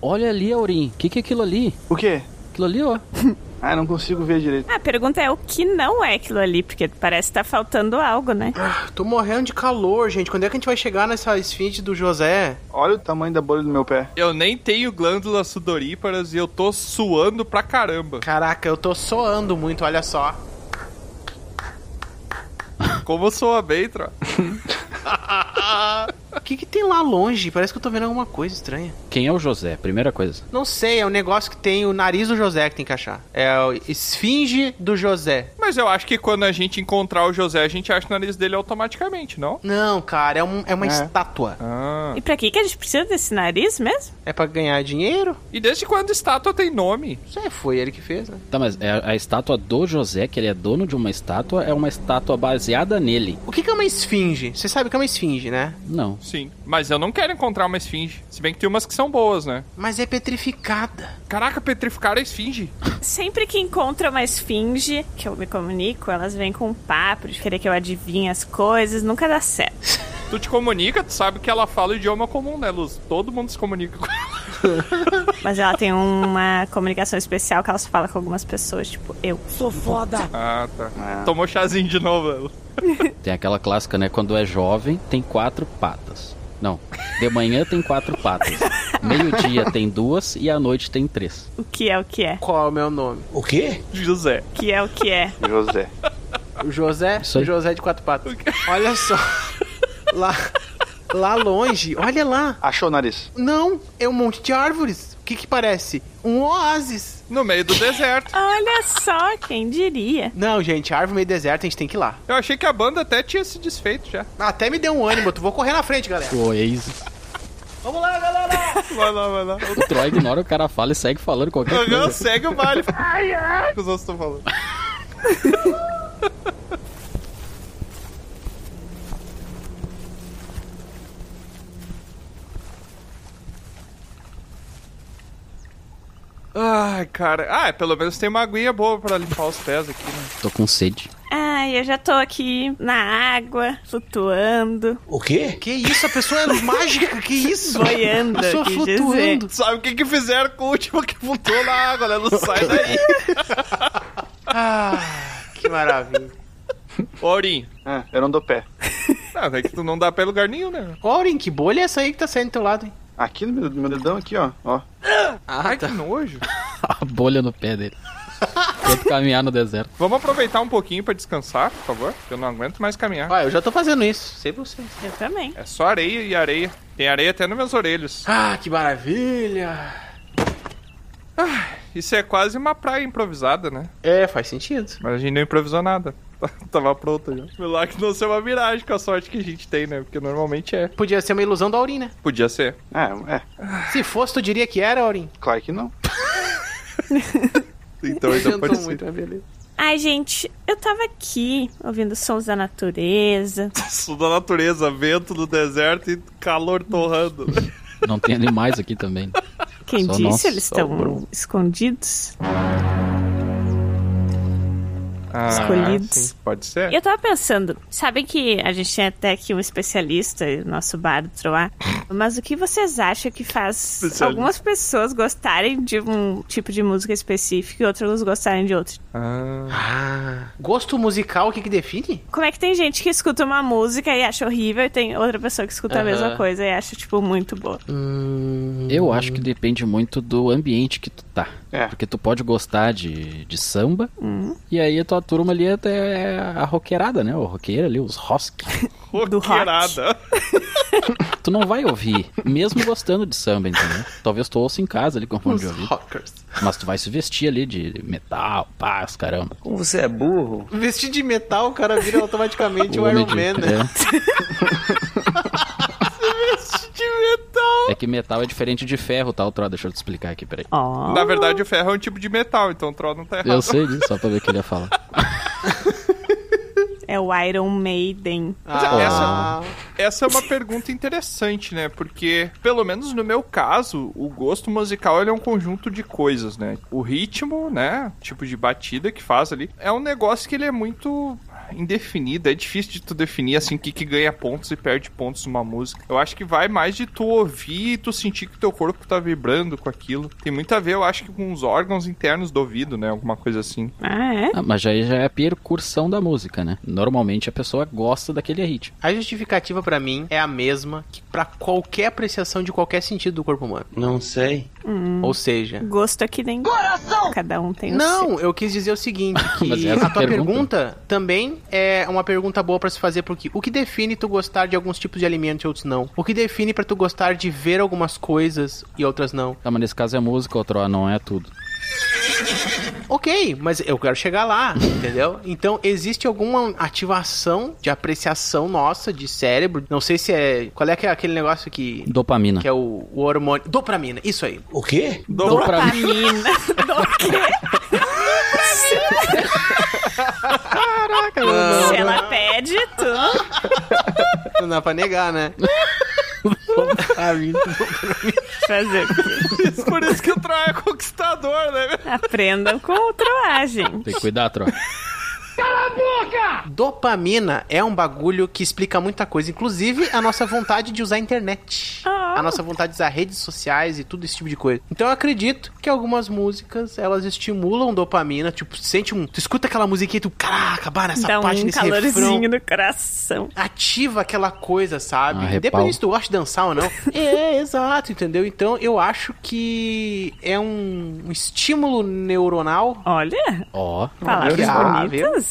Olha ali, Aurim. O que, que é aquilo ali? O quê? Aquilo ali, ó. Ah, não consigo ver direito. A pergunta é o que não é aquilo ali, porque parece que tá faltando algo, né? Tô morrendo de calor, gente. Quando é que a gente vai chegar nessa esfinge do José? Olha o tamanho da bolha do meu pé. Eu nem tenho glândulas sudoríparas e eu tô suando pra caramba. Caraca, eu tô soando muito, olha só. Como soa bem, Tro. O que que tem lá longe? Parece que eu tô vendo alguma coisa estranha. Quem é o José? Primeira coisa. Não sei, é um negócio que tem o nariz do José que tem que achar. É o esfinge do José. Mas eu acho que quando a gente encontrar o José, a gente acha o nariz dele automaticamente, não? Não, cara, é, um- é uma É. estátua. Ah. E pra que que a gente precisa desse nariz mesmo? É pra ganhar dinheiro? E desde quando estátua tem nome? Isso aí foi ele que fez, né? Tá, mas é a, a estátua do José, que ele é dono de uma estátua, é uma estátua baseada nele. O que que é uma esfinge? Você sabe o que é uma esfinge, né? Não. Sim. Mas eu não quero encontrar uma esfinge. Se bem que tem umas que são boas, né? Mas é petrificada. Caraca, petrificaram a esfinge. Sempre que encontra uma esfinge, que eu me comunico, elas vêm com um papo de querer que eu adivinhe as coisas, nunca dá certo. Tu te comunica, tu sabe que ela fala o idioma comum, né, Luz? Todo mundo se comunica com ela. Mas ela tem uma comunicação especial que ela só fala com algumas pessoas, tipo eu. Ah, tá. Tomou chazinho de novo, ela. Tem aquela clássica, né? Quando é jovem, tem quatro patas. Não. De manhã tem quatro patas. Meio-dia tem duas e à noite tem três. O que é o que é? Qual é o meu nome? O quê? José. O que é o que é? José. O José? Isso aí. O José de quatro patas. Olha só. Lá, lá longe, olha lá. Achou o nariz. Não, é um monte de árvores. O que que parece? Um oásis. No meio do deserto. Olha só, quem diria? Não, gente, árvore meio deserta, a gente tem que ir lá. Eu achei que a banda até tinha se desfeito já. Até me deu um ânimo, tu vou correr na frente, galera. O Oasis. Vamos lá, galera! Vai lá, vai lá. O Troy ignora o que o cara fala e segue falando qualquer Eu coisa. segue o baile. O que os outros estão falando? Ai, cara. Ah, pelo menos tem uma aguinha boa pra limpar os pés aqui, né? Tô com sede. Ai, eu já tô aqui na água, flutuando, O quê? Que isso, a pessoa é mágica, que isso? boiando. A pessoa quis dizer. flutuando. Sabe o que que fizeram com o último que flutuou na água, né? Não sai daí. Ah, que maravilha. Ô, Aurim. Ah, eu não dou pé. Não, é que tu não dá pé em lugar nenhum, né? Orin, que bolha é essa aí que tá saindo do teu lado, hein? Aqui no meu, no meu dedão, aqui, ó. ó. Ah, Ai, que nojo. A bolha no pé dele. Quando caminhar no deserto. Vamos aproveitar um pouquinho pra descansar, por favor. que Eu não aguento mais caminhar. Ah, eu já tô fazendo isso, sei vocês. Eu também. É só areia e areia. Tem areia até nos meus orelhos. Ah, que maravilha. Isso é quase uma praia improvisada, né? É, faz sentido. Mas a gente não improvisou nada. Tava pronto já. Milagre não ser uma miragem com a sorte que a gente tem, né? Porque normalmente é. Podia ser uma ilusão do Aurin, né? Podia ser. É, é. Se fosse, tu diria que era, Aurin. Claro que não. Então ainda pode Inventou ser. muito, é beleza. Ai, gente, eu tava aqui ouvindo sons da natureza. Isso da natureza, vento no deserto e calor torrando. Não tem animais aqui também. Quem Só disse? nós, eles só o estão Bruno. escondidos. Ah, Escolhidos. sim, pode ser. E eu tava pensando, sabem que a gente tinha até aqui um especialista, o nosso bardo Troá, mas o que vocês acham que faz Especialista. algumas pessoas gostarem de um tipo de música específica e outras gostarem de outro? Ah, Ah, gosto musical, o que que define? Como é que tem gente que escuta uma música e acha horrível e tem outra pessoa que escuta a Aham. mesma coisa e acha, tipo, muito boa? Hum, Eu acho que depende muito do ambiente que tu tá. É. Porque tu pode gostar de, de samba, e aí a tua turma ali é até é a roqueirada, né? O roqueiro ali, os rock. Do rock. roqueirada. tu não vai ouvir, mesmo gostando de samba, entendeu? Talvez tu ouça em casa ali com fone de ouvido, rockers. mas tu vai se vestir ali de metal, pá, os caramba. Como você é burro? Vestir de metal, o cara vira automaticamente um homem Iron de- Man, né? é. é que metal é diferente de ferro, tá? Outra, deixa eu te explicar aqui, peraí. Ó. Na verdade, o ferro é um tipo de metal, então o troll não tá errado. Eu sei disso, só pra ver o que ele ia falar. É o Iron Maiden. Ah, Essa é uma pergunta interessante, né? Porque, pelo menos no meu caso, o gosto musical ele é um conjunto de coisas, né? O ritmo, né? Tipo de batida que faz ali. É um negócio que ele é muito. indefinida. É difícil de tu definir assim o que, que ganha pontos e perde pontos numa música. Eu acho que vai mais de tu ouvir e tu sentir que teu corpo tá vibrando com aquilo. Tem muito a ver, eu acho que com os órgãos internos do ouvido, né? Alguma coisa assim. Ah, é? Ah, mas aí já é a percursão da música, né? Normalmente a pessoa gosta daquele ritmo. A justificativa pra mim é a mesma que pra qualquer apreciação de qualquer sentido do corpo humano. Não sei. Ou seja, Gosto aqui nem. Coração! Cada um tem o seu. não, Hum. eu quis dizer o seguinte, que Mas essa a tua pergunta- pergunta também é uma pergunta boa pra se fazer porque o que define tu gostar de alguns tipos de alimentos e outros não? O que define pra tu gostar de ver algumas coisas e outras não? Tá, mas nesse caso é música, outro ah, não é tudo. Ok, mas eu quero chegar lá, entendeu? Então, existe alguma ativação de apreciação nossa, de cérebro? Não sei se é. Qual é, que é aquele negócio que. Dopamina. Que é o, o hormônio. Dopamina, isso aí. O quê? Dobra- Dopamina. Do quê? Caraca, não, não, Se ela pede, tu. não dá pra negar, né? Fazer o quê? Por isso que o Troia é conquistador, né? Aprendam com o troagem. Tem que cuidar, troca. Dopamina é um bagulho que explica muita coisa, inclusive a nossa vontade de usar a internet. Ah. A nossa vontade de usar redes sociais e tudo esse tipo de coisa. Então eu acredito que algumas músicas, elas estimulam dopamina, tipo, tu sente um, tu escuta aquela musiquinha e tu, caraca, bah, nessa Dá parte um nesse refrão, calorzinho no coração. ativa aquela coisa, sabe? Ah, repau. Depois disso, tu gosta de dançar ou não? é, exato, entendeu? Então eu acho que é um, um estímulo neuronal Olha, Ó, palavras Ah, bonitas.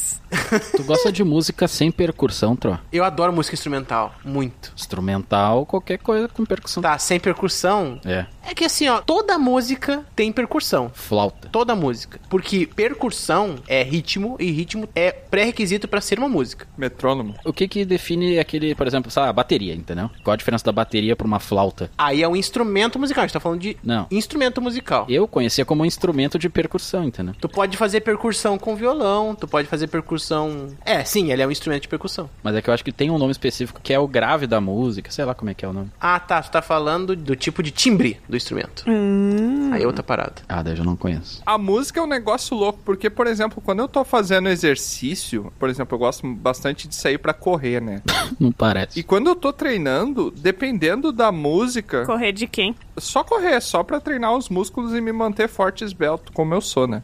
tu gosta de música sem percussão, tro? eu adoro música instrumental, muito. Instrumental, qualquer coisa com percussão. Tá, sem percussão, É, É que assim, ó, toda música tem percussão. flauta. Toda música. Porque percussão é ritmo e ritmo é pré-requisito pra ser uma música. Metrônomo. O que que define aquele, por exemplo, sei lá, bateria, entendeu? Qual a diferença da bateria pra uma flauta? Aí é um instrumento musical. A gente tá falando de Não. instrumento musical. Eu conhecia como um instrumento de percussão, entendeu? Tu pode fazer percussão com violão, tu pode fazer percussão. É, sim, ele é um instrumento de percussão. Mas é que eu acho que tem um nome específico que é o grave da música, sei lá como é que é o nome. Ah, tá. Tu tá falando do tipo de timbre do instrumento. Hum, Aí é outra parada. Ah, daí eu já não conheço. A música é um negócio louco, porque, por exemplo, quando eu tô fazendo exercício, por exemplo, eu gosto bastante de sair pra correr, né? Não parece. E quando eu tô treinando, dependendo da música, Correr de quem? só correr, só pra treinar os músculos e me manter forte e esbelto, como eu sou, né?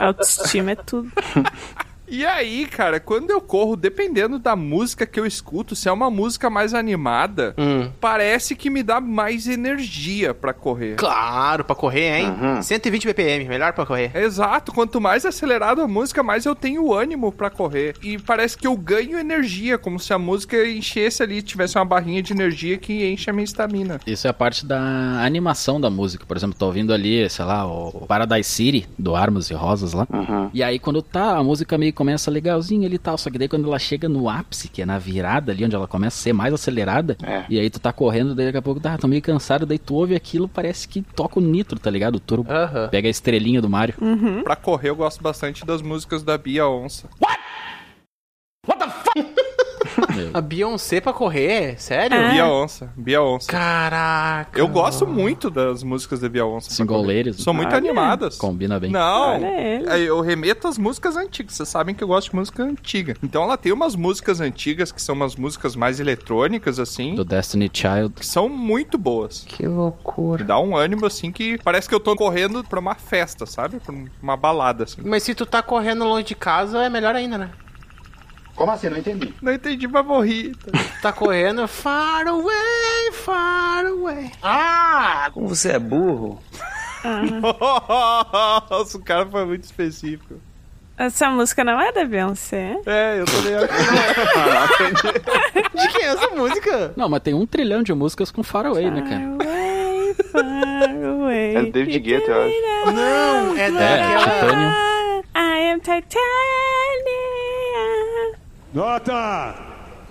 Autoestima é tudo. E aí, cara, quando eu corro, dependendo da música que eu escuto, se é uma música mais animada, Hum. parece que me dá mais energia pra correr. Claro, pra correr, hein? 120 BPM, melhor pra correr. Exato, quanto mais acelerado a música, mais eu tenho ânimo pra correr. E parece que eu ganho energia, como se a música enchesse ali, tivesse uma barrinha de energia que enche a minha estamina. Isso é a parte da animação da música. Por exemplo, tô ouvindo ali, sei lá, o Paradise City, do Armas e Rosas lá. E aí, quando tá, a música meio começa legalzinha ali e tal. Só que daí, quando ela chega no ápice, que é na virada ali, onde ela começa a ser mais acelerada, É. e aí tu tá correndo, daí daqui a pouco, tá, tô meio cansado, daí tu ouve aquilo, parece que toca o nitro, tá ligado? O turbo. Aham. Pega a estrelinha do Mario. Hum? Pra correr, eu gosto bastante das músicas da Bia Onça. A Beyoncé pra correr? Sério? É. Bia Onça, Bia Onça. Caraca. Eu gosto muito das músicas da Bia Onça. pra correr. Singoleiros. São muito Olha. animadas. Combina bem. Não, Olha ele. aí eu remeto às músicas antigas. Vocês sabem que eu gosto de música antiga. Então ela tem umas músicas antigas que são umas músicas mais eletrônicas, assim, Do Destiny Child. que são muito boas. Que loucura. Me dá um ânimo, assim, que parece que eu tô correndo pra uma festa, sabe? Pra um- uma balada, assim. Mas se tu tá correndo longe de casa, é melhor ainda, né? Como assim? Não entendi. Não entendi, mas morri. Tu tá correndo far away, far away. Ah! Como você é burro. Nossa, o cara foi muito específico. Essa música não é da Beyoncé? É, eu também acho. De quem é essa música? Não, mas tem um trilhão de músicas com Faraway, né, cara? Away, far away. É do David Guetta, eu acho. Não, é É, daquela. Titânio. I am Titania. Nota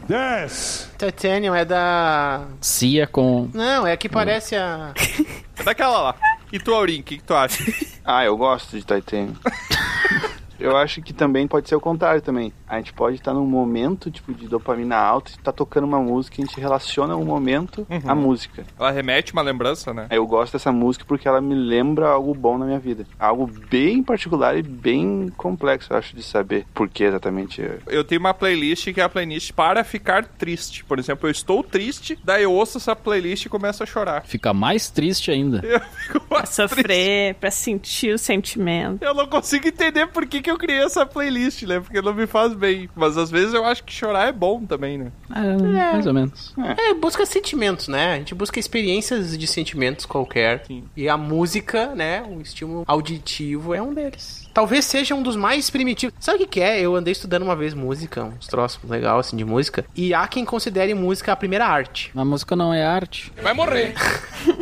10. Titanium é da. Cia com. Não, é a que parece a. Daquela lá. E tu, Aurim, o que, que tu acha? Ah, eu gosto de Titanic. eu acho que também pode ser o contrário também. A gente pode estar num momento, tipo, de dopamina alta, e tá tocando uma música, a gente relaciona um momento à música. Ela remete uma lembrança, né? Eu gosto dessa música porque ela me lembra algo bom na minha vida. Algo bem particular e bem complexo, eu acho, de saber por que exatamente. eu- Eu tenho uma playlist que é a playlist para ficar triste. Por exemplo, eu estou triste, daí eu ouço essa playlist e começo a chorar. Fica mais triste ainda. Eu fico Pra sofrer, pra sentir o sentimento. Eu não consigo entender por que, que eu criei essa playlist, né? Porque não me faz bem. Mas às vezes eu acho que chorar é bom também, né? É, mais ou menos. É, busca sentimentos, né? A gente busca experiências de sentimentos qualquer. Sim. E a música, né? O estímulo auditivo é um deles. Talvez seja um dos mais primitivos. Sabe o que, que é? Eu andei estudando uma vez música, uns troços legal assim de música. E há quem considere música a primeira arte. A música não é arte. Vai morrer.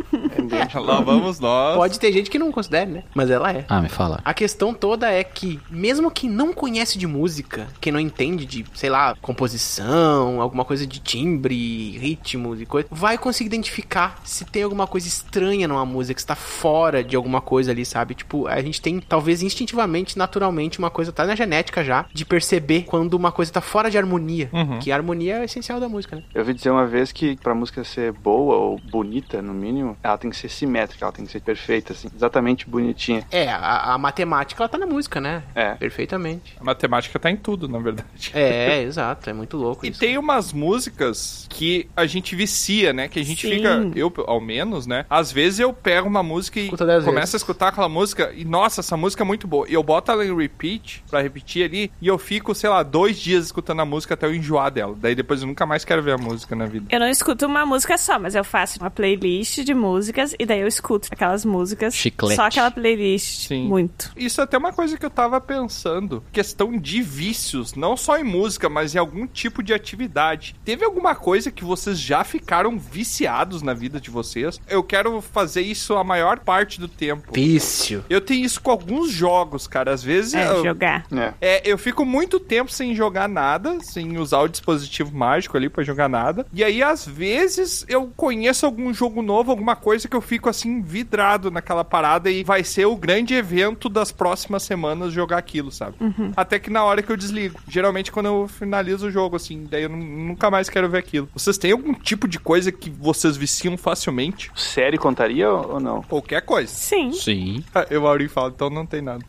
Lá vamos nós. Pode ter gente que não considere, né? Mas ela é. Ah, me fala. A questão toda é que, mesmo quem não conhece de música, quem não entende de, sei lá, composição, alguma coisa de timbre, ritmos e coisa, vai conseguir identificar se tem alguma coisa estranha numa música, se tá fora de alguma coisa ali, sabe? Tipo, a gente tem, talvez instintivamente, naturalmente, uma coisa, tá na genética já, de perceber quando uma coisa tá fora de harmonia. Uhum. Que a harmonia é essencial da música, né? Eu ouvi dizer uma vez que pra música ser boa ou bonita, no mínimo, ela tem que ser simétrica, ela tem que ser perfeita, assim, exatamente bonitinha. É, a, a matemática, ela tá na música, né? É. Perfeitamente. A matemática tá em tudo, na verdade. É, exato, é muito louco E isso. tem umas músicas que a gente vicia, né? Que a gente Sim. fica, eu ao menos, né? Às vezes eu pego uma música e Escuta dez começo vezes. a escutar aquela música e, nossa, essa música é muito boa. E eu boto ela em repeat, pra repetir ali, e eu fico, sei lá, dois dias escutando a música até eu enjoar dela. Daí depois eu nunca mais quero ver a música na vida. Eu não escuto uma música só, mas eu faço uma playlist de músicas e daí eu escuto aquelas músicas. Chiclete. Só aquela playlist. Sim. Muito. Isso é até uma coisa que eu tava pensando. Questão de vícios, não só em música, mas em algum tipo de atividade. Teve alguma coisa que vocês já ficaram viciados na vida de vocês? Eu quero fazer isso a maior parte do tempo. Vício. Eu tenho isso com alguns jogos, cara. Às vezes. É, eu... jogar. É. é, eu fico muito tempo sem jogar nada, sem usar o dispositivo mágico ali pra jogar nada. E aí, às vezes, eu conheço algum jogo novo, alguma coisa que eu fico assim vidrado naquela parada e vai ser o grande evento das próximas semanas jogar aquilo, sabe? Até que na hora que eu desligo. Geralmente quando eu finalizo o jogo, assim, daí eu nu- nunca mais quero ver aquilo. Vocês têm algum tipo de coisa que vocês viciam facilmente? Série contaria ou ou não? Qualquer coisa. Sim. Sim. Eu Auri fala, então não tem nada.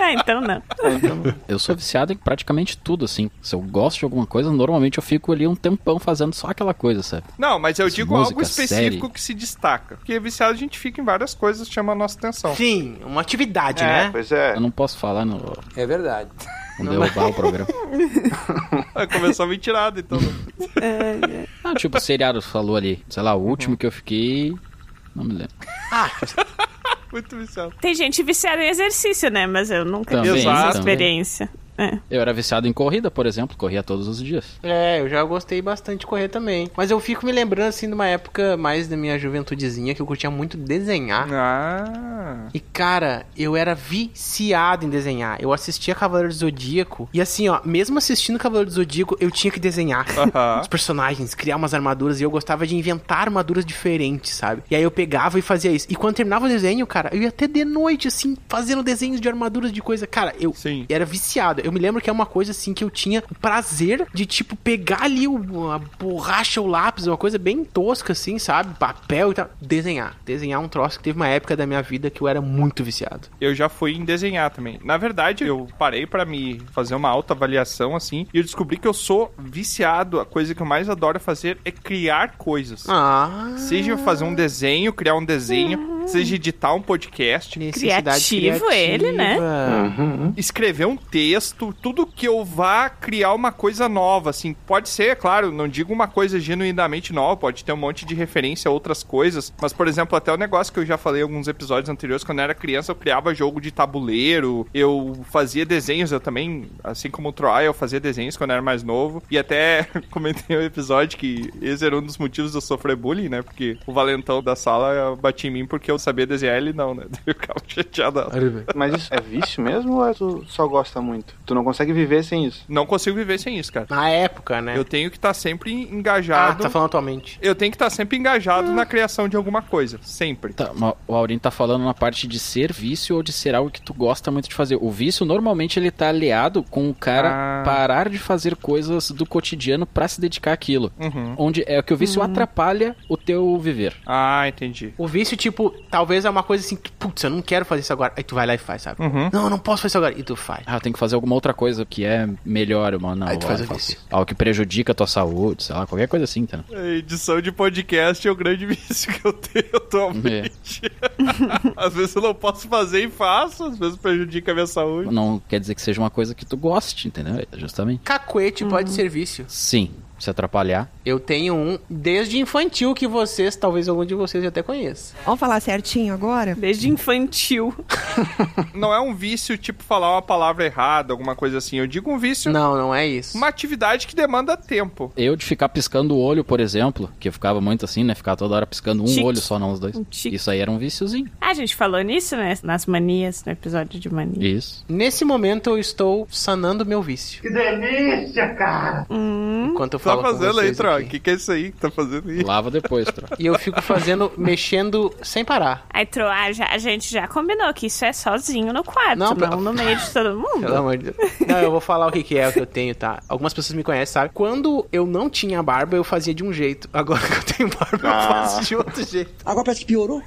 Ah, então não. Eu sou viciado em praticamente tudo, assim. Se eu gosto de alguma coisa, normalmente eu fico ali um tempão fazendo só aquela coisa, sabe? Não, mas eu Essa digo música, algo específico série. que se destaca. Porque viciado a gente fica em várias coisas, chama a nossa atenção. Sim, uma atividade, É, né? pois é. Eu não posso falar no. É verdade. Não derrubar o programa. Ah, Começou a mentirada, então. Ah, tipo, o seriado falou ali. Sei lá, o último que eu fiquei. Não me lembro. Muito viciado. Tem gente viciada em exercício, né? Mas eu nunca Também, tive essa também. experiência. É. Eu era viciado em corrida, por exemplo. Corria todos os dias. É, eu já gostei bastante de correr também. Mas eu fico me lembrando, assim, de uma época mais da minha juventudezinha que eu curtia muito desenhar. É. Ah. E, cara, eu era viciado em desenhar. Eu assistia Cavaleiro do Zodíaco. E, assim, ó, mesmo assistindo Cavaleiro do Zodíaco, eu tinha que desenhar Aham. os personagens, criar umas armaduras. E eu gostava de inventar armaduras diferentes, sabe? E aí eu pegava e fazia isso. E quando terminava o desenho, cara, eu ia até de noite, assim, fazendo desenhos de armaduras de coisa. Cara, eu Sim. era viciado. Eu me lembro que é uma coisa assim que eu tinha o prazer de, tipo, pegar ali o- a borracha, o lápis, uma coisa bem tosca, assim, sabe? Papel e tal. Desenhar. Desenhar um troço que teve uma época da minha vida que eu era muito viciado. Eu já fui em desenhar também. Na verdade, eu parei pra me fazer uma autoavaliação, assim, e eu descobri que eu sou viciado. A coisa que eu mais adoro fazer é criar coisas. Ah. Seja fazer um desenho, criar um desenho, seja editar um podcast. necessidade Criativo ele, né? Hum. criativa. escrever um texto, tudo que eu vá criar uma coisa nova, assim. Pode ser, é claro, não digo uma coisa genuinamente nova, pode ter um monte de referência a outras coisas, mas, por exemplo, até o negócio que eu já falei em alguns episódios anteriores, quando eu era criança, eu criava jogo de tabuleiro, eu fazia desenhos, eu também, assim como o Troy, eu fazia desenhos quando eu era mais novo, e até comentei um episódio que esse era um dos motivos de eu sofrer bullying, né, porque o valentão da sala batia em mim porque eu eu sabia desenhar ele, não, né? Eu ficava chateado. Mas isso é vício mesmo ou é tu só gosta muito? Tu não consegue viver sem isso? Não consigo viver sem isso, cara. Na época, né? Eu tenho que estar sempre Ah, engajado. tá Ah. falando atualmente. Eu tenho que estar sempre engajado na criação de alguma coisa. Sempre. Tá, mas o Aurinho tá falando na parte de ser vício ou de ser algo que tu gosta muito de fazer. O vício normalmente ele tá aliado com o cara Ah. parar de fazer coisas do cotidiano pra se dedicar àquilo. Uhum. Onde é que o vício atrapalha o teu viver. Ah, entendi. O vício, tipo, talvez é uma coisa assim, que, putz, eu não quero fazer isso agora. Aí tu vai lá e faz, sabe? Uhum. Não, eu não posso fazer isso agora. E tu faz. Ah, tem que fazer alguma outra coisa que é melhor, mano. Não, Aí tu eu faz o faço vício. isso. Algo que prejudica a tua saúde, sei lá, qualquer coisa assim, tá? A edição de podcast é o grande vício que eu tenho atualmente. É. às vezes eu não posso fazer e faço, às vezes prejudica a minha saúde. Não quer dizer que seja uma coisa que tu goste, entendeu? É, Justamente. Cacuete pode ser vício. Sim, se atrapalhar. Eu tenho um desde infantil que vocês, talvez algum de vocês até conheça. Vamos falar certinho agora? Desde infantil. Não é um vício, tipo, falar uma palavra errada, alguma coisa assim. Eu digo um vício, Não, não é isso. uma atividade que demanda tempo. Eu de ficar piscando o olho, por exemplo, que eu ficava muito assim, né? Ficar toda hora piscando um Tique. olho só, não os dois. Um tique. Isso aí era um viciozinho. Ah, a gente falou nisso né? nas manias, no episódio de mania. Isso. Nesse momento eu estou sanando meu vício. Que delícia, cara! Enquanto eu Tá falo com fazendo aí, vocês Tro? O aqui. que, que é isso aí que tá fazendo aí? Lava depois, troca. E eu fico fazendo, mexendo sem parar. Aí, Troá, já, a gente já combinou que isso é sozinho no quarto, Não, não, pra- no meio de todo Pelo mundo. amor de Deus. Não, eu vou falar o que, que é o que eu tenho, tá? Algumas pessoas me conhecem, sabe? Quando eu não tinha barba, eu fazia de um jeito. Agora que eu tenho barba, eu faço de outro jeito. Agora parece que piorou.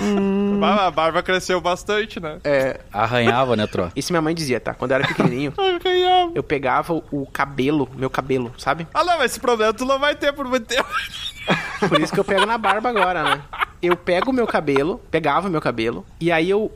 Hum. A barba cresceu bastante, né? É, Arranhava, né, troca? isso minha mãe dizia, tá? Quando eu era pequenininho, Arranhava. eu pegava o cabelo, meu cabelo, sabe? Ah, não, mas esse problema tu não vai ter por muito tempo. Por isso que eu pego na barba agora, né? Eu pego o meu cabelo, pegava o meu cabelo, e aí eu.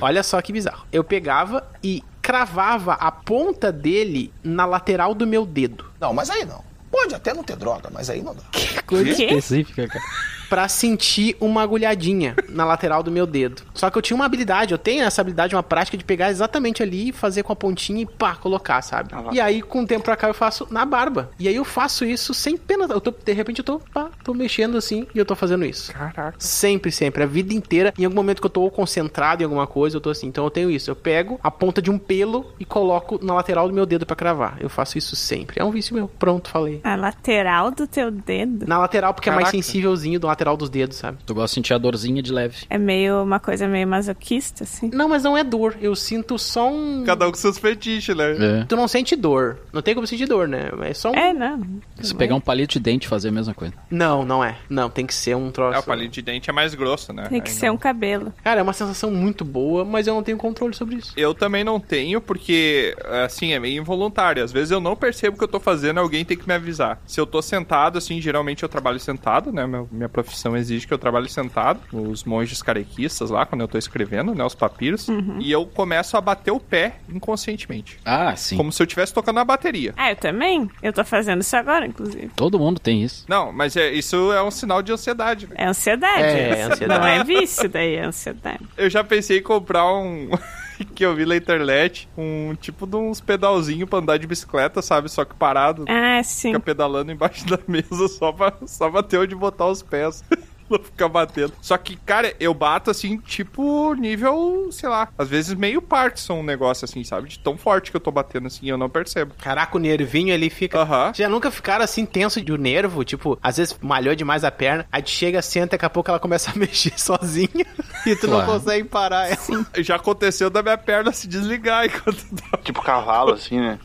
Olha só que bizarro. Eu pegava e cravava a ponta dele na lateral do meu dedo. Não, mas aí não. Pode até não ter droga, mas aí não dá. O quê? Específica, cara. Pra sentir uma agulhadinha na lateral do meu dedo. Só que eu tinha uma habilidade, eu tenho essa habilidade, uma prática de pegar exatamente ali, fazer com a pontinha e pá, colocar, sabe? Ah, E aí, com o tempo pra cá, eu faço na barba. E aí eu faço isso sem pena. Eu tô, de repente eu tô, pá, tô mexendo assim e eu tô fazendo isso. Caraca. Sempre, sempre. A vida inteira. Em algum momento que eu tô ou concentrado em alguma coisa, eu tô assim. Então eu tenho isso. Eu pego a ponta de um pelo e coloco na lateral do meu dedo pra cravar. Eu faço isso sempre. É um vício meu. Pronto, falei. A lateral do teu dedo. Na lateral, porque é mais Caraca. sensívelzinho do lateral dos dedos, sabe? Tu gosta de sentir a dorzinha de leve. É meio uma coisa meio masoquista, assim. Não, mas não é dor. Eu sinto só um. Cada um com seus fetiches, né? É. Tu não sente dor. Não tem como sentir dor, né? É só um. É, não. Se pegar um palito de dente e fazer a mesma coisa. Não, não é. Não, tem que ser um troço. É, o palito de dente é mais grosso, né? Tem que Aí ser não- um cabelo. Cara, é uma sensação muito boa, mas eu não tenho controle sobre isso. Eu também não tenho, porque, assim, é meio involuntário. Às vezes eu não percebo o que eu tô fazendo, alguém tem que me avisar. Se eu tô sentado, assim, geralmente eu trabalho sentado, né? Meu- minha profissão exige que eu trabalhe sentado. Os monges carequistas lá, quando eu tô escrevendo, né? Os papiros. Uhum. E eu começo a bater o pé inconscientemente. Ah, sim. Como se eu estivesse tocando a bateria. Ah, eu também? Eu tô fazendo isso agora, inclusive. Todo mundo tem isso. Não, mas é, isso é um sinal de ansiedade, né? É ansiedade. É, é ansiedade. Não é vício, daí é ansiedade. Eu já pensei em comprar um. que eu vi na internet. Um tipo de uns pedalzinho pra andar de bicicleta, sabe? Só que parado. Ah, sim. Fica pedalando embaixo da mesa só pra, só pra ter onde botar os pés. Não ficar batendo. Só que, cara, eu bato assim, tipo, nível, sei lá, às vezes meio Parkinson um negócio assim, sabe? De tão forte que eu tô batendo assim, eu não percebo. Caraca, o nervinho ali fica. Aham. Já nunca ficaram assim tenso de um nervo? Tipo, às vezes malhou demais a perna, aí tu chega, senta, daqui a pouco ela começa a mexer sozinha e tu não Claro. consegue parar ela. Já aconteceu da minha perna se desligar enquanto eu tava- Tipo cavalo, assim, né?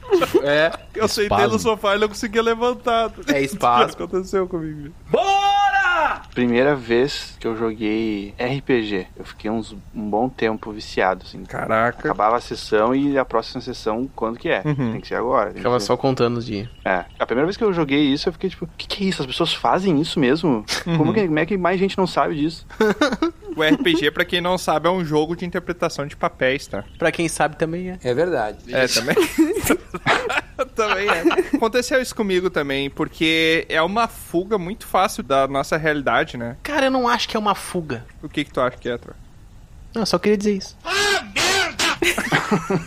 É, eu sentei no Espasmo. sofá e não conseguia levantar. É espasmo. Isso já aconteceu comigo. Primeira vez que eu joguei RPG, eu fiquei uns, um bom tempo viciado, assim. Caraca. Acabava a sessão e a próxima sessão, quando que é? Uhum. Tem que ser agora. tem que ficava ser- só contando os dias. É. A primeira vez que eu joguei isso, eu fiquei tipo, o que, que é isso? As pessoas fazem isso mesmo? Como, que, como é que mais gente não sabe disso? O RPG, pra quem não sabe, é um jogo de interpretação de papéis, tá? Pra quem sabe também é. É verdade. É, também. também é. Aconteceu isso comigo também, porque é uma fuga muito fácil da nossa realidade, né? Cara, eu não acho que é uma fuga. O que que tu acha que é, Tro? Não, eu só queria dizer isso.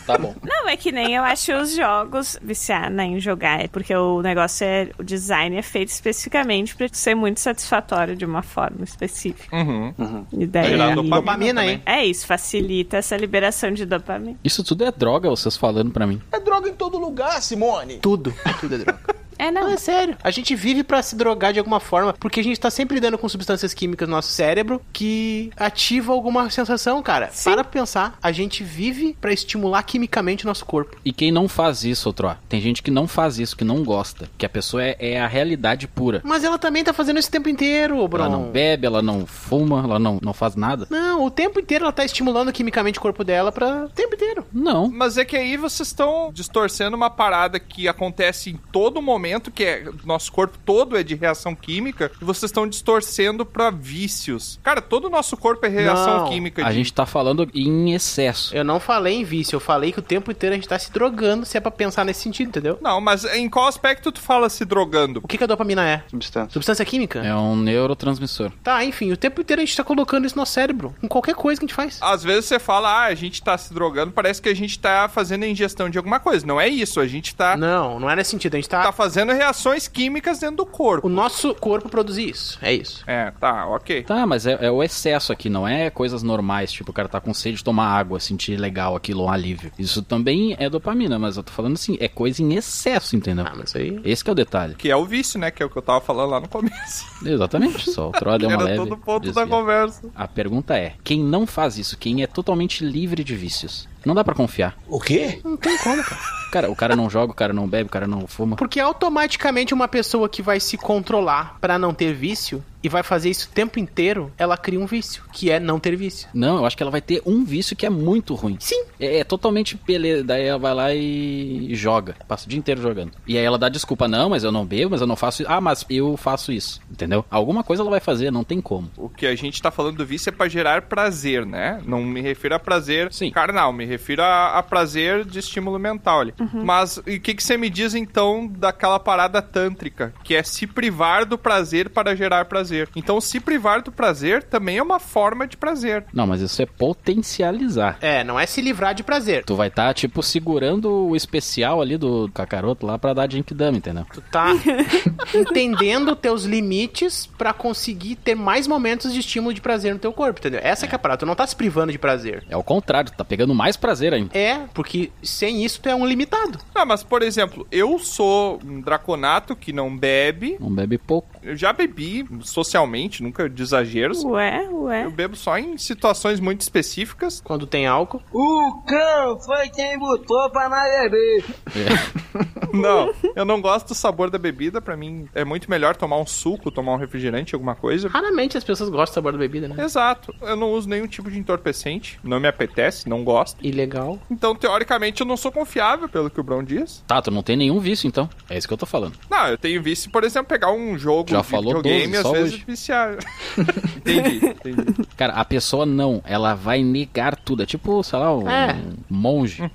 Tá bom. Não, é que nem eu acho os jogos viciada em jogar, é porque o negócio é. O design é feito especificamente pra ser muito satisfatório de uma forma específica. Uhum. E daí. Gerar dopamina É, Dopamina, também. hein? É isso, facilita essa liberação de dopamina. Isso tudo é droga, vocês falando pra mim. É droga em todo lugar, Simone. Tudo, tudo é droga. É, Não, não. é sério. A gente vive pra se drogar de alguma forma, porque a gente tá sempre lidando com substâncias químicas no nosso cérebro que ativam alguma sensação, cara. Sim. Para pensar, a gente vive pra estimular quimicamente o nosso corpo. E quem não faz isso, outro, ó, tem gente que não faz isso, que não gosta, que a pessoa é, é a realidade pura. Mas ela também tá fazendo isso o tempo inteiro, Bruno. Ela não bebe, ela não fuma, ela não, não faz nada. Não, o tempo inteiro ela tá estimulando quimicamente o corpo dela pra. O tempo inteiro. Não. Mas é que aí vocês estão distorcendo uma parada que acontece em todo momento, que é nosso corpo todo é de reação química, e vocês estão distorcendo pra vícios. Cara, todo o nosso corpo é reação Não, química. A de- gente tá falando em excesso. Eu não falei em vício, eu falei que o tempo inteiro a gente tá se drogando, se é pra pensar nesse sentido, entendeu? Não, mas em qual aspecto tu fala se drogando? O que, que a dopamina é? Substância. Substância química? É um neurotransmissor. Tá, enfim, o tempo inteiro a gente tá colocando isso no nosso cérebro. Em qualquer coisa que a gente faz. Às vezes você fala, ah, a gente tá se drogando, parece que a gente tá fazendo a ingestão de alguma coisa. Não é isso, a gente tá, Não, não é nesse sentido. A gente tá tá. fazendo reações químicas dentro do O corpo. nosso corpo produz isso. É isso. É, tá, ok. Tá, mas é, é o excesso aqui, não é coisas normais, tipo o cara tá com sede, tomar água, sentir legal aquilo, um alívio. Isso também é dopamina, mas eu tô falando assim, é coisa em excesso, entendeu? Ah, mas aí. Esse que é o detalhe. Que é o vício, né? Que é o que eu tava falando lá no começo. Exatamente, só o troll deu é uma Era leve todo o ponto da desvia. conversa. A pergunta é, quem não faz isso, quem é totalmente livre de vícios? Não dá pra confiar. O quê? Não tem como, cara. Cara, o cara não joga, o cara não bebe, o cara não fuma. Porque automaticamente uma pessoa que vai se controlar pra não ter vício e vai fazer isso o tempo inteiro, ela cria um vício, que é não ter vício. Não, eu acho que ela vai ter um vício que é muito ruim. Sim. É, é totalmente beleza. Daí ela vai lá e joga. Passa o dia inteiro jogando. E aí ela dá desculpa, não, mas eu não bebo, mas eu não faço isso. Ah, mas eu faço isso. Entendeu? Alguma coisa ela vai fazer, não tem como. O que a gente tá falando do vício é pra gerar prazer, né? Não me refiro a prazer Sim. carnal, me refiro a, a prazer de estímulo mental ali. Mas e o que, que você me diz então daquela parada tântrica, que é se privar do prazer para gerar prazer? Então, se privar do prazer também é uma forma de prazer. Não, mas isso é potencializar. É, não é se livrar de prazer. Tu vai estar, tipo, segurando o especial ali do cacaroto lá pra dar Genkidama, entendeu? Tu tá entendendo teus limites pra conseguir ter mais momentos de estímulo de prazer no teu corpo, entendeu? Essa que é a parada, tu não tá se privando de prazer. É o contrário, tu tá pegando mais prazer ainda. É, porque sem isso tu é um limitado. Ah, mas por exemplo, eu sou um draconato que não bebe. Não bebe pouco. Eu já bebi socialmente, nunca de exageros. Ué, Eu ué. bebo só em situações muito específicas. Quando tem álcool. O cão foi quem botou pra na beber. Não, eu não gosto do sabor da bebida. Pra mim, é muito melhor tomar um suco, tomar um refrigerante, alguma coisa. Raramente as pessoas gostam do sabor da bebida, né? Exato. Eu não uso nenhum tipo de entorpecente. Não me apetece, não gosto. Ilegal. Então, teoricamente, eu não sou confiável, pelo que o Brown diz. Tá, tu não tem nenhum vício, então. É isso que eu tô falando. Não, eu tenho vício, por exemplo, pegar um jogo Já de falou videogame 12, às só vezes hoje. viciar. entendi, entendi. Cara, a pessoa não, ela vai negar tudo. É tipo, sei lá, um É. monge.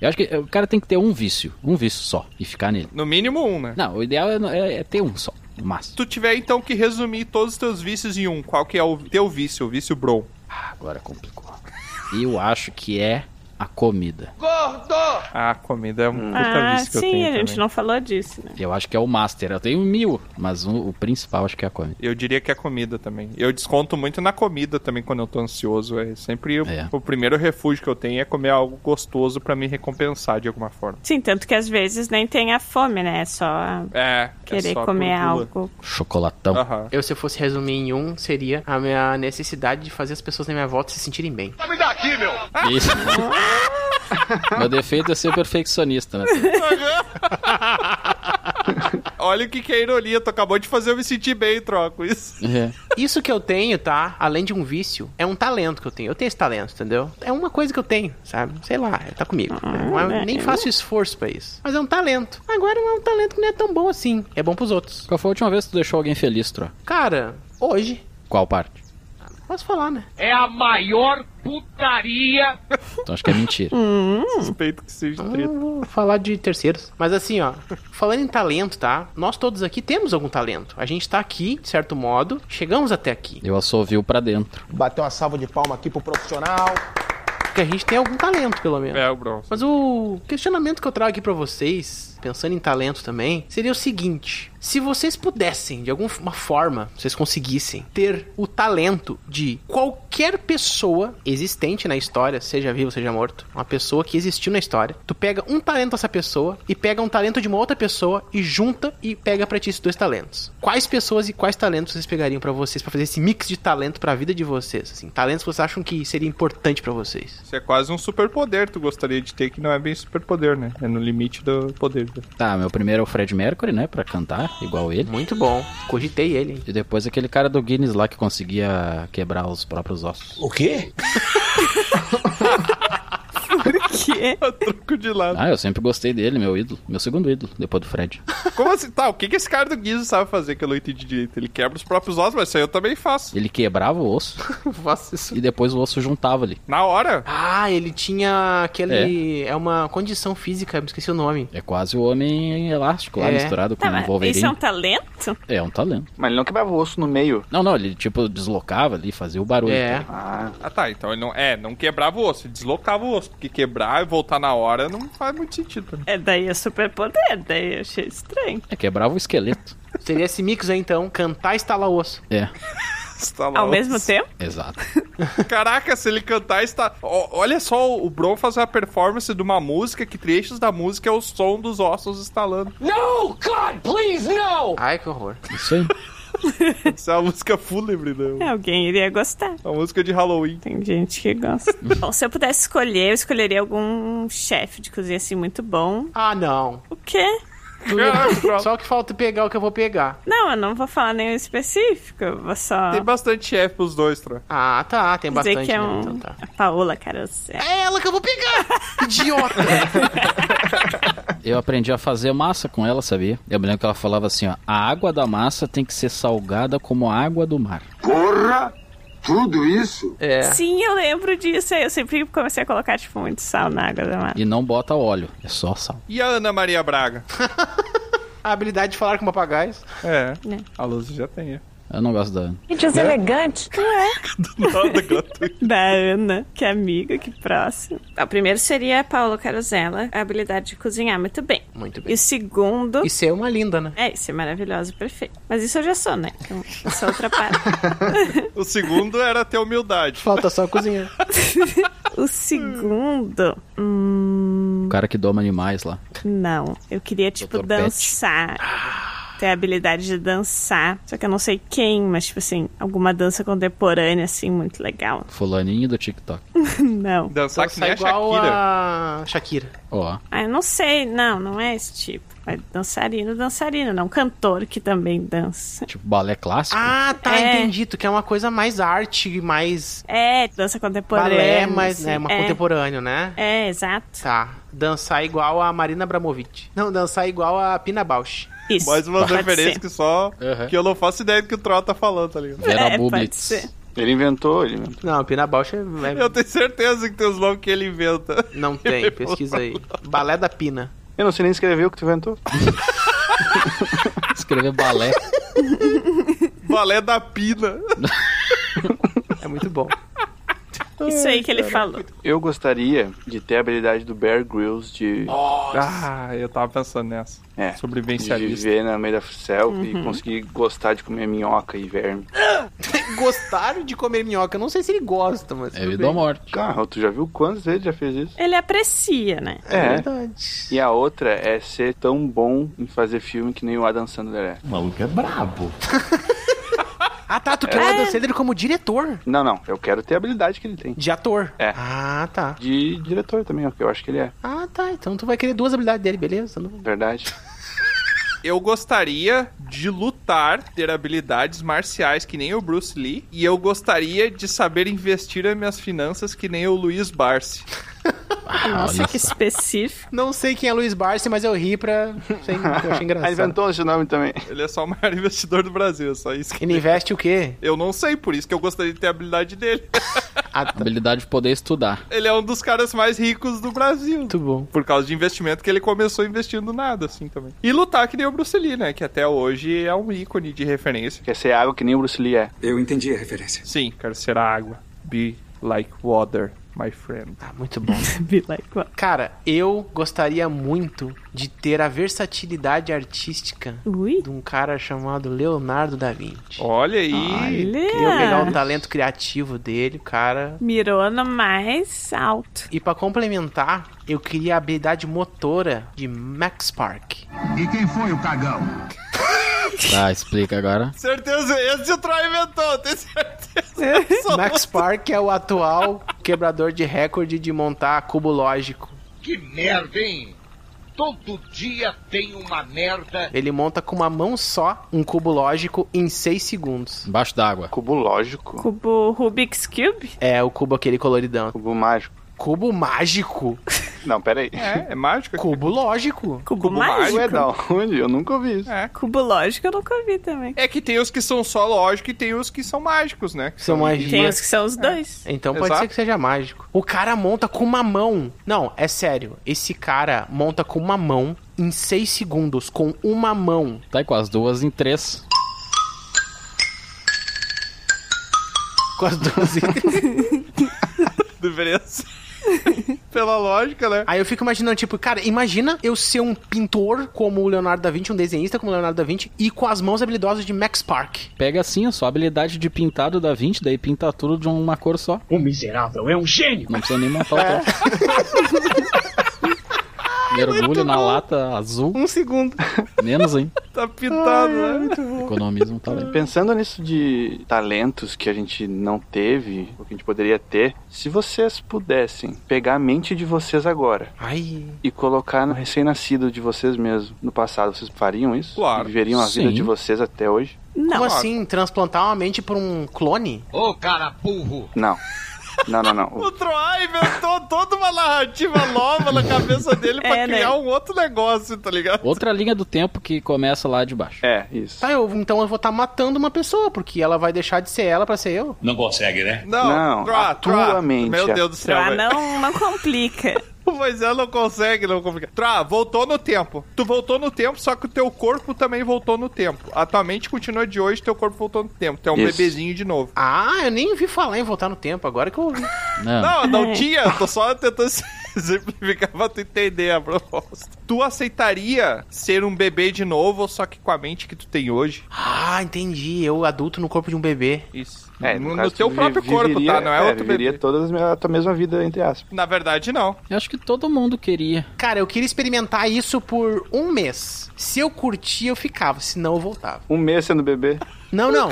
Eu acho que o cara tem que ter um vício, um vício só, e ficar nele. No mínimo um, né? Não, o ideal é, é- é ter um só, no Se máximo. tu tiver, então, que resumir todos os teus vícios em um, qual que é o teu vício, o vício Brown? Ah, agora complicou. Eu acho que é a comida. Ah, comida é um puta Ah, vício que eu sim, tenho a gente também. não falou disso, né? Eu acho que é o master. Eu tenho mil, mas o, o principal acho que é a comida. Eu diria que é comida também. Eu desconto muito na comida também quando eu tô ansioso. É sempre o- É. o primeiro refúgio que eu tenho é comer algo gostoso pra me recompensar de alguma forma. Sim, tanto que às vezes nem tem a fome, né? É só É. querer é só comer gordura. algo. Chocolatão. Aham. Eu, se eu fosse resumir em um, seria a minha necessidade de fazer as pessoas na minha volta se sentirem bem. Isso. Meu defeito é ser perfeccionista, né? Olha o que, que é ironia. Tu acabou de fazer eu me sentir bem, troco isso. É. Isso que eu tenho, tá? Além de um vício, é um talento que eu tenho. Eu tenho esse talento, entendeu? É uma coisa que eu tenho, sabe? Sei lá, tá comigo. Não é- nem faço esforço pra isso. Mas é um talento. Agora não é um talento que não é tão bom assim. É bom pros outros. Qual foi a última vez que tu deixou alguém feliz, Tro? Cara, hoje, Qual parte? posso falar, né? Então acho que é mentira. Suspeito que seja Eu treta. vou falar de terceiros. Mas assim, ó, falando em talento, tá? Nós todos aqui temos algum talento. A gente tá aqui, de certo modo, chegamos até aqui. Eu assoviu pra dentro. Bateu uma salva de palma aqui pro profissional. Porque a gente tem algum talento, pelo menos. É, o Bronson. Mas o questionamento que eu trago aqui pra vocês, pensando em talento também, seria o seguinte: se vocês pudessem, de alguma forma, vocês conseguissem ter o talento de qualquer pessoa existente na história, seja vivo, seja morto, uma pessoa que existiu na história, tu pega um talento dessa pessoa e pega um talento de uma outra pessoa e junta e pega pra ti esses dois talentos. Quais pessoas e quais talentos vocês pegariam pra vocês pra fazer esse mix de talento pra vida de vocês? Assim, talentos que vocês acham que seria importante pra vocês? Isso é quase um superpoder tu gostaria de ter, que não é bem superpoder, né? É no limite do poder. Tá, meu primeiro é o Fred Mercury, né? Pra cantar, igual ele. Muito bom. Cogitei ele, hein? E depois aquele cara do Guinness lá que conseguia quebrar os próprios ossos. O quê? Que? é. A troco de lado. Ah, eu sempre gostei dele, meu ídolo. Meu segundo ídolo, depois do Fred. Como assim? Tá, o que, que esse cara do Guizo sabe fazer que eu não entendi direito? Ele quebra os próprios ossos, mas isso aí eu também faço. Ele quebrava o osso Eu faço isso. e depois o osso juntava ali. Na hora? Ah, ele tinha aquele. É, uma condição física, me esqueci o nome. É quase o homem elástico lá É. misturado com Tá, o mas Wolverine. isso é um talento? É um talento. Mas ele não quebrava o osso no meio. Não, não, ele tipo deslocava ali, fazia o barulho. É. tá? Ah, Ah, tá. Então ele não. É, não quebrava o osso, ele deslocava o osso. Porque quebrar e voltar na hora não faz muito sentido. né? pra mim. É, daí é superpoder, daí eu achei estranho. É, quebrava o esqueleto. Seria esse mix aí então, cantar e estalar osso. É, Estalar Ao o mesmo osso. tempo? exato. Caraca, se ele cantar, está. Ó, olha só, o Bron faz uma performance de uma música que trechos da música é o som dos ossos estalando. No, God, please, no! Ai, que horror. Isso aí. Isso é uma música fúnebre, né? É, alguém iria gostar. É uma música de Halloween. Tem gente que gosta. bom, se eu pudesse escolher, eu escolheria algum chefe de cozinha assim muito bom. Ah, não. O quê? Caralho, Bron. Só que falta pegar o que eu vou pegar. Não, eu não vou falar nenhum específico. Eu vou só Tem bastante chefe pros dois, Tro. Ah, tá, tem dizer bastante. que é né? um. Então tá. A Paola, cara. É... É ela que eu vou pegar! Idiota! Eu aprendi a fazer massa com ela, sabia? Eu me lembro que ela falava assim, ó, a água da massa tem que ser salgada como a água do mar. Porra! Tudo isso? É. Sim, eu lembro disso. Aí eu sempre comecei a colocar, tipo, muito sal na água da mar. E não bota óleo, é só sal. E a Ana Maria Braga? A habilidade de falar com papagaios. É. Né. A Luz já tem. é. Eu não gosto da Ana. Que deselegante. Nada gratuito. Da Ana, que é amiga, que próximo. O primeiro seria a Paola Carosella, a habilidade de cozinhar muito bem. Muito bem. E o segundo. Isso é uma linda, né? É, isso é maravilhoso, perfeito. Mas isso eu já sou, né? Então, essa outra parte. O segundo era ter humildade. Falta só cozinhar. O segundo. hum, O cara que doma animais lá. Não. Eu queria, tipo, Dr. Pet. Ah. dançar. Ter a habilidade de dançar. Só que eu não sei quem, mas, tipo assim, alguma dança contemporânea, assim, muito legal. Fulaninho do TikTok. Não. Dançar que nem a igual Shakira. a Shakira. Ó, Ah, eu não sei. Não, não é esse tipo. É dançarino, dançarina. Não, cantor que também dança. tipo balé clássico. Ah, tá, É. entendi. Tu quer uma coisa mais arte, mais É, dança contemporânea. balé, mas assim, é uma contemporânea, né? É, exato. Tá. Dançar igual a Marina Abramovic. Não, dançar igual a Pina Bausch. Isso. Mais umas pode referências ser. que só. Uhum. Que eu não faço ideia do que o Tro tá falando, tá ligado? Vera É, pode Bublitz. ser. ele inventou, ele inventou. Não, a Pina Bausch é... é- Eu tenho certeza que tem os nomes que ele inventa. Não tem, pesquisa aí. Balé da Pina. Eu não sei nem escrever o que tu inventou. Escrever balé. Balé da Pina. É muito bom. Isso aí que ele falou. Eu gostaria de ter a habilidade do Bear Grylls de, Ah, eu tava pensando nessa. É. de Sobrevivencialista. viver na meio da selva Uhum. e conseguir gostar de comer minhoca e verme. Gostaram de comer minhoca? Eu Não sei se ele gosta, mas. É tudo vida ou bem. morte. Cara, Ah, tu já viu quantas vezes já fez isso? Ele aprecia, né? É É. verdade. E a outra é ser tão bom em fazer filme que nem o Adam Sandler é. O maluco é brabo. Ah, tá. Tu quer o Adam Sandler como diretor. Não, não. Eu quero ter a habilidade que ele tem. De ator. É. Ah, tá. De diretor também, ó, que eu acho que ele é. Ah, tá. Então tu vai querer duas habilidades dele, beleza? Não- Verdade. Eu gostaria de lutar, ter habilidades marciais que nem o Bruce Lee. E eu gostaria de saber investir as minhas finanças que nem o Luiz Barsi. Nossa, Ah, olha que só. específico. Não sei quem é Luiz Barsi, mas eu ri pra. Sem... Eu achei Ah, engraçado. inventou esse nome também. Ele é só o maior investidor do Brasil, é só isso que... Ele investe o quê? Eu não sei, por isso que eu gostaria de ter a habilidade dele. Ah, tá. Habilidade de poder estudar. Ele é um dos caras mais ricos do Brasil. Muito bom. Por causa de investimento que ele começou investindo nada, assim, também. E lutar que nem o Bruce Lee, né? Que até hoje é um ícone de referência. Quer ser água que nem o Bruce Lee é. Eu entendi a referência. Sim, quero ser a água. Be like water. my friend. Ah, muito bom. Be like what? Cara, eu gostaria muito de ter a versatilidade artística Ui. de um cara chamado Leonardo da Vinci. Olha aí. Queria pegar o Olha. talento criativo dele, cara. Mirou no mais alto. E pra complementar, eu queria a habilidade motora de Max Park. E quem foi o cagão? Tá, explica agora. Certeza, esse o Troy inventou, tem certeza. Max Park é o atual quebrador de recorde de montar cubo lógico. Que merda, hein? Todo dia tem uma merda. Ele monta com uma mão só um cubo lógico em 6 segundos. Embaixo d'água. Cubo lógico. Cubo Rubik's Cube? É o cubo aquele coloridão. Cubo mágico. Cubo mágico? Não, peraí. É, é mágica. Cubo lógico. Cubo, Cubo mágico? Ué, da onde? Eu nunca ouvi isso. É. Cubo lógico eu nunca vi também. É que tem os que são só lógicos e tem os que são mágicos, né? Que São magias. Tem os que são os dois. Então pode Exato. ser que seja mágico. O cara monta com uma mão. Não, é sério. Esse cara monta com uma mão em 6 segundos. Com uma mão. Tá aí com as duas em três. Com as duas. Deveria ser. Pela lógica, né? Aí eu fico imaginando, tipo, cara, imagina eu ser um pintor como o Leonardo da Vinci, um desenhista como o Leonardo da Vinci, e com as mãos habilidosas de Max Park. Pega assim a sua habilidade de pintado da 20, daí pinta tudo de uma cor só. O miserável é um gênio. Não precisa nem montar o troço. Mergulho na lata azul, Um segundo. menos, hein? Tá pintado, né? Economiza um talento. Pensando nisso de talentos que a gente não teve, ou que a gente poderia ter, se vocês pudessem pegar a mente de vocês agora Ai. e colocar no recém-nascido de vocês mesmo no passado, vocês fariam isso? Claro. Viveriam a vida Sim. de vocês até hoje? Como Não. assim? Transplantar uma mente pra um clone? Ô, cara burro. Não. Não, não, não. O Troy inventou toda uma narrativa nova na cabeça dele pra É, né? criar um outro negócio, tá ligado? Outra linha do tempo que começa lá de baixo. É, isso. Tá, eu, então eu vou estar matando uma pessoa, porque ela vai deixar de ser ela pra ser eu. Não consegue, né? Não, Não, Troy, a Troy. tua mente, Meu a- Deus do céu, Ah, velho. não, não complica. O Moisés não consegue, não complica. Tra, voltou no tempo. Tu voltou no tempo, só que o teu corpo também voltou no tempo. A tua mente continua de hoje, teu corpo voltou no tempo. Tu é um Isso. bebezinho de novo. Ah, eu nem ouvi falar em voltar no tempo, agora que eu ouvi. É. Não, Não, É. não tinha, tô só tentando simplificar pra tu entender a proposta. Tu aceitaria ser um bebê de novo, só que com a mente que tu tem hoje? Ah, entendi. Eu adulto no corpo de um bebê. Isso. É, no, caso, no teu tu vi- próprio corpo, viveria- tá? Não é, outro viveria bebê. todas a tua mesma vida, entre aspas. Na verdade, não. eu acho que todo mundo queria. Cara, eu queria experimentar isso por um mês. Se eu curtir, eu ficava, senão eu voltava. Um mês sendo bebê. Não, não.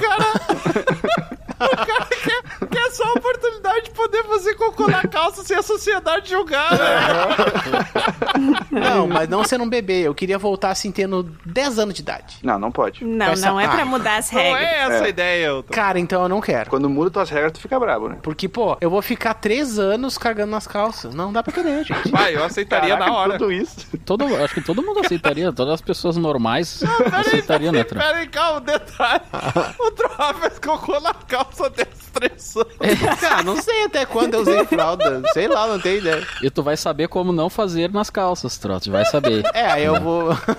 Que é só a oportunidade de poder fazer cocô na calça sem a sociedade julgar, né? Não, mas não sendo um bebê. Eu queria voltar assim, tendo 10 anos de idade. Não, não pode. Não, Essa- não é pra Ah. mudar as Não regras. é essa a É. ideia, eu tô... Cara, então eu não quero. Quando muda tuas regras, tu fica brabo, né? Porque, pô, eu vou ficar 3 anos cagando nas calças. Não dá pra querer, gente. Vai, eu aceitaria Caraca, na hora. Tudo isso. Todo, eu acho que todo mundo aceitaria, todas as pessoas normais aceitariam, né, Tran? Pera aí, calma, um detalhe. O Troá fez cocô na calça até os três anos. Cara, Ah, não sei até quando eu usei fralda. Sei lá, não tenho ideia. E tu vai saber como não fazer nas calças, trote. Vai saber. É, aí eu vou.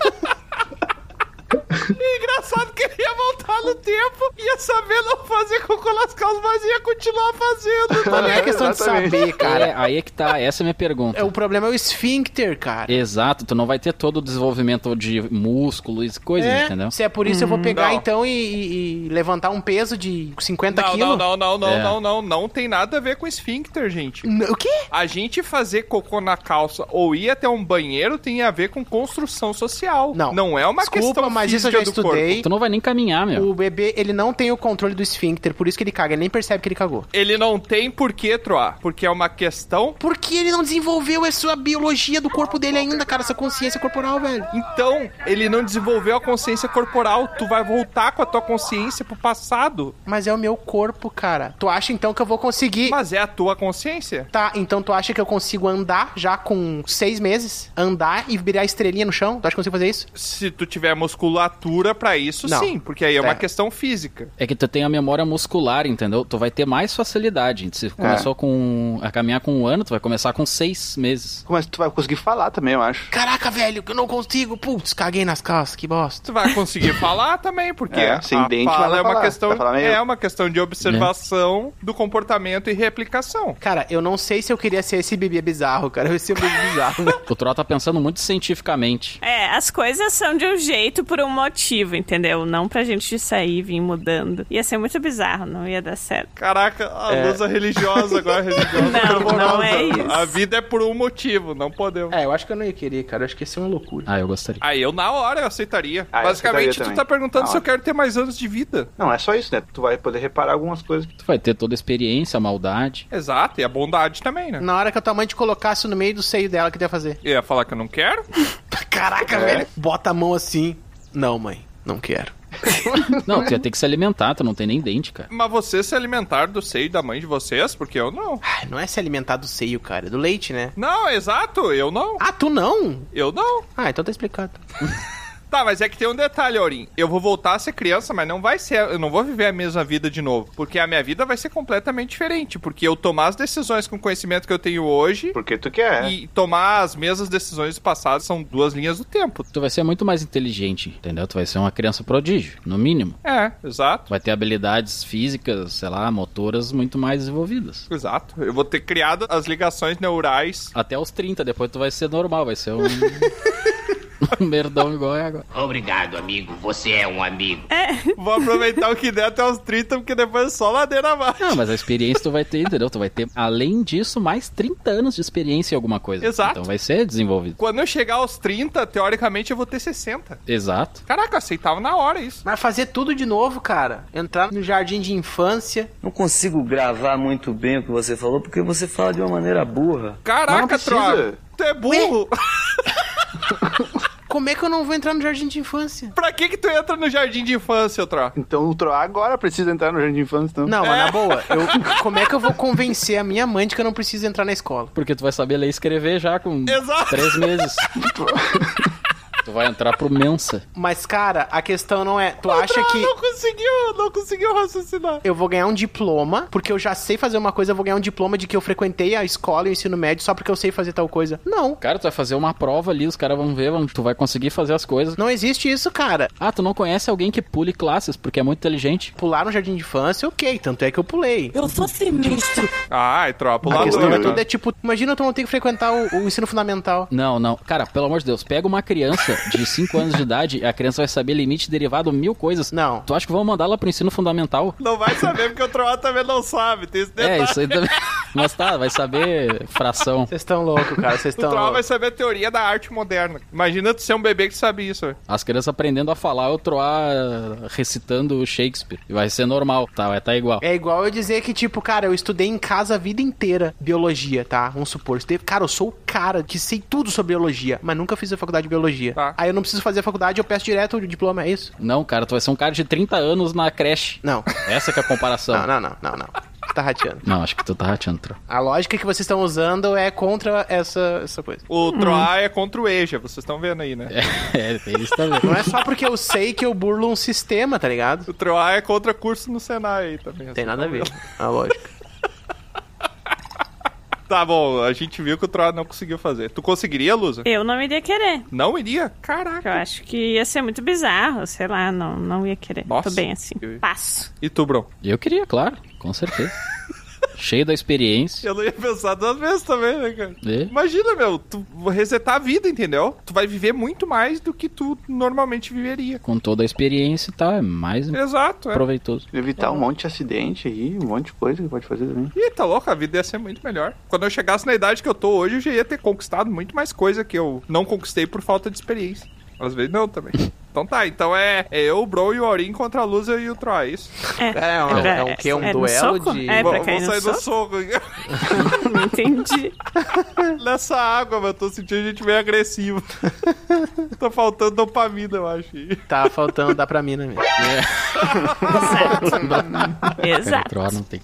E engraçado que ele ia voltar no tempo, ia saber não fazer cocô nas calças, mas ia continuar fazendo. tá Mas não é questão de Exatamente. saber, cara. É, aí é que tá, essa é a minha pergunta. É, o problema é o esfíncter, cara. Exato, tu não vai ter todo o desenvolvimento de músculos e coisas, É, entendeu? Se é por isso, eu vou pegar Uhum. Não. então e, e- e levantar um peso de 50 Não, quilos. não, não, não, não, É. não, não, não tem nada a ver com esfíncter, gente. não. O quê? A gente fazer cocô na calça ou ir até um banheiro tem a ver com construção social. Não. Não é uma Desculpa, questão mas isso eu já física do corpo. estudei. Tu não vai nem caminhar, meu. O bebê, ele não tem o controle do esfíncter, por isso que ele caga, ele nem percebe que ele cagou. Ele não tem porquê, Troá, porque é uma questão Porque ele não desenvolveu essa biologia do corpo dele ainda, cara, essa consciência corporal, velho. Então, ele não desenvolveu a consciência corporal. Tu vai voltar com a tua consciência pro passado. Mas é o meu corpo, cara. Tu acha então que eu vou conseguir. Mas é a tua consciência. Tá, então tu acha que eu consigo andar já com seis meses? Andar e virar estrelinha no chão? Tu acha que eu consigo fazer isso? Se tu tiver musculatura pra isso, Não. sim. Porque aí é uma É. questão física. É que tu tem a memória modular, entendeu? Tu vai ter mais facilidade. Se começou com a caminhar com um ano, tu vai começar com seis meses. Mas tu vai conseguir falar também, eu acho. Caraca, velho, que eu não consigo. Putz, caguei nas calças, que bosta. Tu vai conseguir falar também, porque É, sem a dente, mas fala vai é uma falar. questão Vai falar meio. é uma questão de observação do comportamento e replicação. Cara, eu não sei se eu queria ser esse bebê bizarro, cara. Eu ia ser um bebê bizarro, né? O Troll tá pensando muito cientificamente. É, as coisas são de um jeito por um motivo, entendeu? Não pra gente sair e vir mudando. Ia ser muito bizarro, não ia dar certo. Caraca, a lusa religiosa agora religiosa. É. Não, não é isso. A vida é por um motivo, não podemos. É, eu acho que eu não ia querer, cara. Eu acho que ia ser uma loucura. Ah, eu gostaria. Aí eu na hora eu aceitaria. Ah, eu Basicamente, aceitaria também. tu tá perguntando Na se eu hora. quero ter mais anos de vida. Não, é só isso, né? Tu vai poder reparar algumas coisas. Tu vai ter toda a experiência, a maldade. Exato, e a bondade também, né? Na hora que a tua mãe te colocasse no meio do seio dela, o que tu ia fazer? Eu ia falar que eu não quero. Caraca, velho. Bota a mão assim. Não, mãe, não quero. Não, tu ia ter que se alimentar, tu não tem nem dente, cara. Mas vocês se alimentaram do seio da mãe de vocês? Porque eu não. Ai, não é se alimentar do seio, cara. É do leite, né? Não, exato, eu não. Ah, tu não? Eu não. Ah, então tá explicado. Tá, mas é que tem um detalhe, Aurim. Eu vou voltar a ser criança, mas não vai ser. Eu não vou viver a mesma vida de novo. Porque a minha vida vai ser completamente diferente. Porque eu tomar as decisões com o conhecimento que eu tenho hoje Porque tu É. quer. e tomar as mesmas decisões do passado são duas linhas do tempo. Tu vai ser muito mais inteligente, entendeu? Tu vai ser uma criança prodígio, no mínimo. É, exato. Vai ter habilidades físicas, sei lá, motoras muito mais desenvolvidas. Exato. Eu vou ter criado as ligações neurais. Até os 30, depois tu vai ser normal, vai ser um. um merdão igual é agora. Obrigado, amigo. Você é um amigo. Vou aproveitar o que der até os 30, porque depois é só ladeira abaixo. Não, Ah, mas a experiência tu vai ter, entendeu? Tu vai ter, além disso, mais 30 anos de experiência em alguma coisa. Exato. Então vai ser desenvolvido. Quando eu chegar aos 30, teoricamente eu vou ter 60. Exato. Caraca, eu aceitava na hora isso. Mas fazer tudo de novo, cara. Entrar no jardim de infância. Não consigo gravar muito bem o que você falou, porque você fala de uma maneira burra. Não Caraca, precisa. Troa, tu é burro. Como é que eu não vou entrar no jardim de infância? pra que que tu entra no jardim de infância, Troa? Então o Troá agora precisa entrar no jardim de infância, então. É. Não, mas na boa, eu- como é que eu vou convencer a minha mãe de que eu não preciso entrar na escola? Porque tu vai saber ler e escrever já com Exato. três meses. tu vai entrar pro Mensa. Mas, cara, a questão não é. Tu acha Troa que não conseguiu, não conseguiu raciocinar. eu vou ganhar um diploma, porque eu já sei fazer uma coisa, eu vou ganhar um diploma de que eu frequentei a escola e o ensino médio só porque eu sei fazer tal coisa? Não. Cara, tu vai fazer uma prova ali, os caras vão ver, vão- tu vai conseguir fazer as coisas. Não existe isso, cara. Ah, tu não conhece alguém que pule classes porque é muito inteligente? Pular no jardim de infância, ok, tanto é que eu pulei. Eu sou sinistro. Ai, Troa, A pulador. questão doido, é né? toda, é tipo, imagina tu não ter que frequentar o, o ensino fundamental. Não, não. Cara, pelo amor de Deus, pega uma criança de 5 anos de idade, a criança vai saber limite derivado, mil coisas. Não. Tu acha que vão mandar ela pro ensino fundamental? Não vai saber porque o Troa também não sabe, tem esse É, detalhe. isso aí também. Mas tá, vai saber fração. Vocês estão loucos, cara, vocês O estão Troa loucos. vai saber a teoria da arte moderna. Imagina tu ser um bebê que sabe isso. velho. As crianças aprendendo a falar, eu troar eh, recitando o Shakespeare. E vai ser normal, tá? Vai tá igual. É igual eu dizer que, tipo, cara, eu estudei em casa a vida inteira biologia, tá? Vamos supor. Estudei... Cara, eu sou o cara que sei tudo sobre biologia, mas nunca fiz a faculdade de biologia. Tá. Aí eu não preciso fazer a faculdade, eu peço direto o diploma, é isso? Não, cara, tu vai ser um cara de 30 anos na creche. Não. Essa que é a comparação. Não, não, não, não, não. Tá rateando. Não, acho que tu tá rateando, Tro. A lógica que vocês estão usando é contra essa, essa coisa. O Troa é contra o Eja, vocês estão vendo aí, né? É, tem isso também. Não é só porque eu sei que eu burlo um sistema, tá ligado? O Troa é contra curso no Senai aí também. assim. Tem nada a ver. Ah, A lógica. Tá bom, a gente viu que o Troa não conseguiu fazer. Tu conseguiria, Lusa? Eu não iria querer. Não iria? Eu Caraca. acho que ia ser muito bizarro, sei lá, não, não ia querer. Nossa. Tô bem assim. Eu- Passo. E tu, Bron? Eu queria, claro, com certeza. Cheio da experiência. Eu não ia pensar duas vezes também, né, cara? É. Imagina, meu, tu resetar a vida, entendeu? Tu vai viver muito mais do que tu normalmente viveria. Com toda a experiência, tá? É mais Exato, é. proveitoso. Evitar um monte de acidente aí, um monte de coisa que pode fazer também. Ih, tá louco, a vida ia ser muito melhor. Quando eu chegasse na idade que eu tô hoje, eu já ia ter conquistado muito mais coisa que eu não conquistei por falta de experiência. Às vezes não também. Então tá, então é, é eu, o Bro e o Aurim contra a Lusa e o Troy, é isso? É, um, pra- é um quê? Um é no duelo soco? de. É pra Vou- vou cair no sair do soco? soco. Não entendi. Nessa água, meu, eu tô sentindo a gente meio agressivo. tá faltando dopamina, eu acho. Tá faltando, dá pra mim, né, meu? Exato. Troar não tem.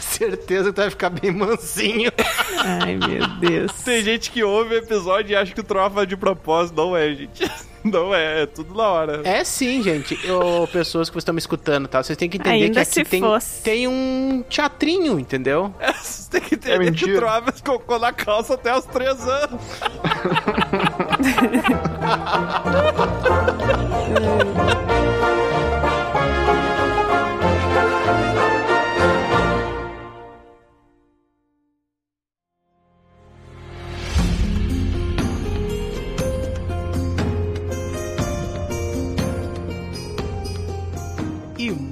Certeza que tu vai ficar bem mansinho. Ai, meu Deus. Tem gente que ouve o episódio e acha que o Troy faz de propósito, não é, gente. Não é, é tudo na hora. É sim, gente. Ô, pessoas que vocês estão me escutando, tá? Vocês têm que entender Ainda que aqui se tem, fosse. tem um teatrinho, entendeu? Você tem que É entender que o mentira. Travis colocou na calça até os 3 anos. E